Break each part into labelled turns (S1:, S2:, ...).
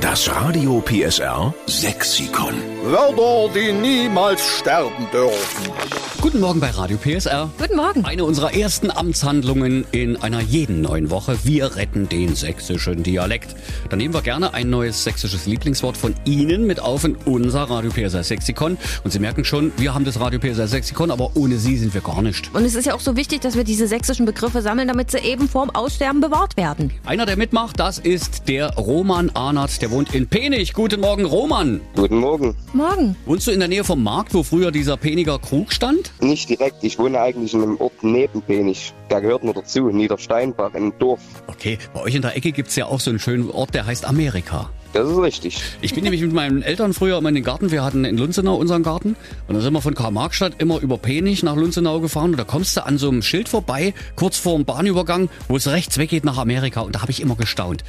S1: Das Radio PSR Sexikon.
S2: Wörter, die niemals sterben dürfen.
S3: Guten Morgen bei Radio PSR.
S4: Guten Morgen.
S3: Eine unserer ersten Amtshandlungen in einer jeden neuen Woche. Wir retten den sächsischen Dialekt. Dann nehmen wir gerne ein neues sächsisches Lieblingswort von Ihnen mit auf in unser Radio PSR Sexikon. Und Sie merken schon, wir haben das Radio PSR Sexikon, aber ohne Sie sind wir gar nicht.
S4: Und es ist ja auch so wichtig, dass wir diese sächsischen Begriffe sammeln, damit sie eben vorm Aussterben bewahrt werden.
S3: Einer, der mitmacht, das ist der Roman Arnert, der wohnt in Penich. Guten Morgen, Roman.
S5: Guten Morgen.
S4: Morgen.
S3: Wohnst du in der Nähe vom Markt, wo früher dieser Peniger Krug stand?
S5: Nicht direkt, ich wohne eigentlich in einem Ort neben Penich. Da gehört nur dazu, Niedersteinbach, im Dorf.
S3: Okay, bei euch in der Ecke gibt's ja auch so einen schönen Ort, der heißt Amerika.
S5: Das ist richtig.
S3: Ich bin nämlich mit meinen Eltern früher immer in den Garten. Wir hatten in Lunzenau unseren Garten. Und dann sind wir von Karl-Marx-Stadt immer über Penich nach Lunzenau gefahren. Und da kommst du an so einem Schild vorbei, kurz vor dem Bahnübergang, wo es rechts weggeht nach Amerika. Und da habe ich immer gestaunt.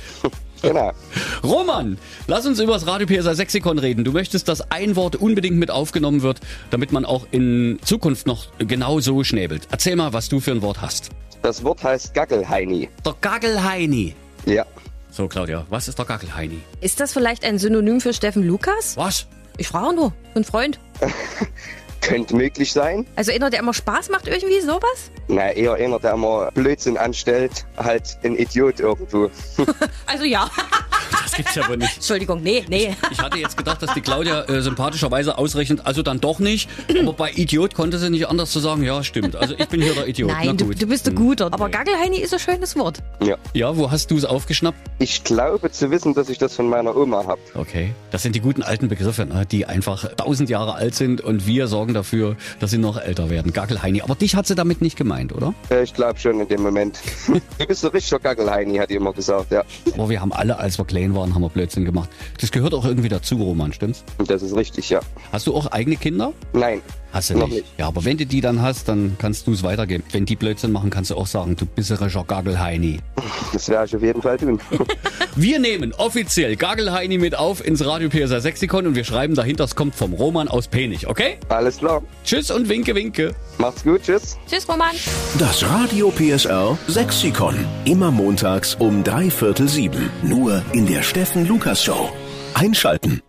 S5: Genau.
S3: Roman, lass uns über das Radio PSA Sexikon reden. Du möchtest, dass ein Wort unbedingt mit aufgenommen wird, damit man auch in Zukunft noch genau so schnäbelt. Erzähl mal, was du für ein Wort hast.
S5: Das Wort heißt Gackelheini.
S3: Der Gaggelheini.
S5: Ja.
S3: So, Claudia, was ist der Gaggelheini?
S4: Ist das vielleicht ein Synonym für Steffen Lukas?
S3: Was?
S4: Ich frage nur. Ein Freund.
S5: Könnte möglich sein.
S4: Also einer, der immer Spaß macht irgendwie, sowas?
S5: Na, eher einer, der immer Blödsinn anstellt, halt ein Idiot irgendwo.
S4: Also ja.
S3: Das gibt's ja wohl nicht.
S4: Entschuldigung, nee, nee.
S3: Ich hatte jetzt gedacht, dass die Claudia äh, sympathischerweise ausrechnet, also dann doch nicht. Aber bei Idiot konnte sie nicht anders zu sagen, ja, stimmt. Also ich bin hier der Idiot.
S4: Nein,
S3: Na
S4: du,
S3: gut. Hm.
S4: du bist ein guter. Aber Gaggelheini ist ein schönes Wort.
S5: ja.
S3: Ja, wo hast du es aufgeschnappt?
S5: Ich glaube zu wissen, dass ich das von meiner Oma habe.
S3: Okay. Das sind die guten alten Begriffe, ne, die einfach tausend Jahre alt sind und wir sorgen dafür, dass sie noch älter werden. Gackelheini. Aber dich hat sie damit nicht gemeint, oder?
S5: Äh, Ich glaube schon in dem Moment. du bist ein richtiger Gackelheini, hat die immer gesagt, ja.
S3: Aber wir haben alle, als wir klein waren, haben wir Blödsinn gemacht. Das gehört auch irgendwie dazu, Roman, stimmt's?
S5: Und das ist richtig, ja.
S3: Hast du auch eigene Kinder?
S5: Nein.
S3: Hast du
S5: Noch
S3: nicht.
S5: nicht.
S3: Ja, aber wenn du die dann hast, dann kannst du es weitergeben. Wenn die Blödsinn machen, kannst du auch sagen, du bisserischer Gaggelheini.
S5: Das werde ich auf jeden Fall tun.
S3: Wir nehmen offiziell Gagelheini mit auf ins Radio PSA Sexikon und wir schreiben dahinter, es kommt vom Roman aus Penich, okay?
S5: Alles klar.
S3: Tschüss und winke, winke.
S5: Macht's gut, tschüss.
S4: Tschüss, Roman.
S1: Das Radio PSR Sexikon. Immer montags um drei Viertel sieben. Nur in der Steffen Lukas Show. Einschalten.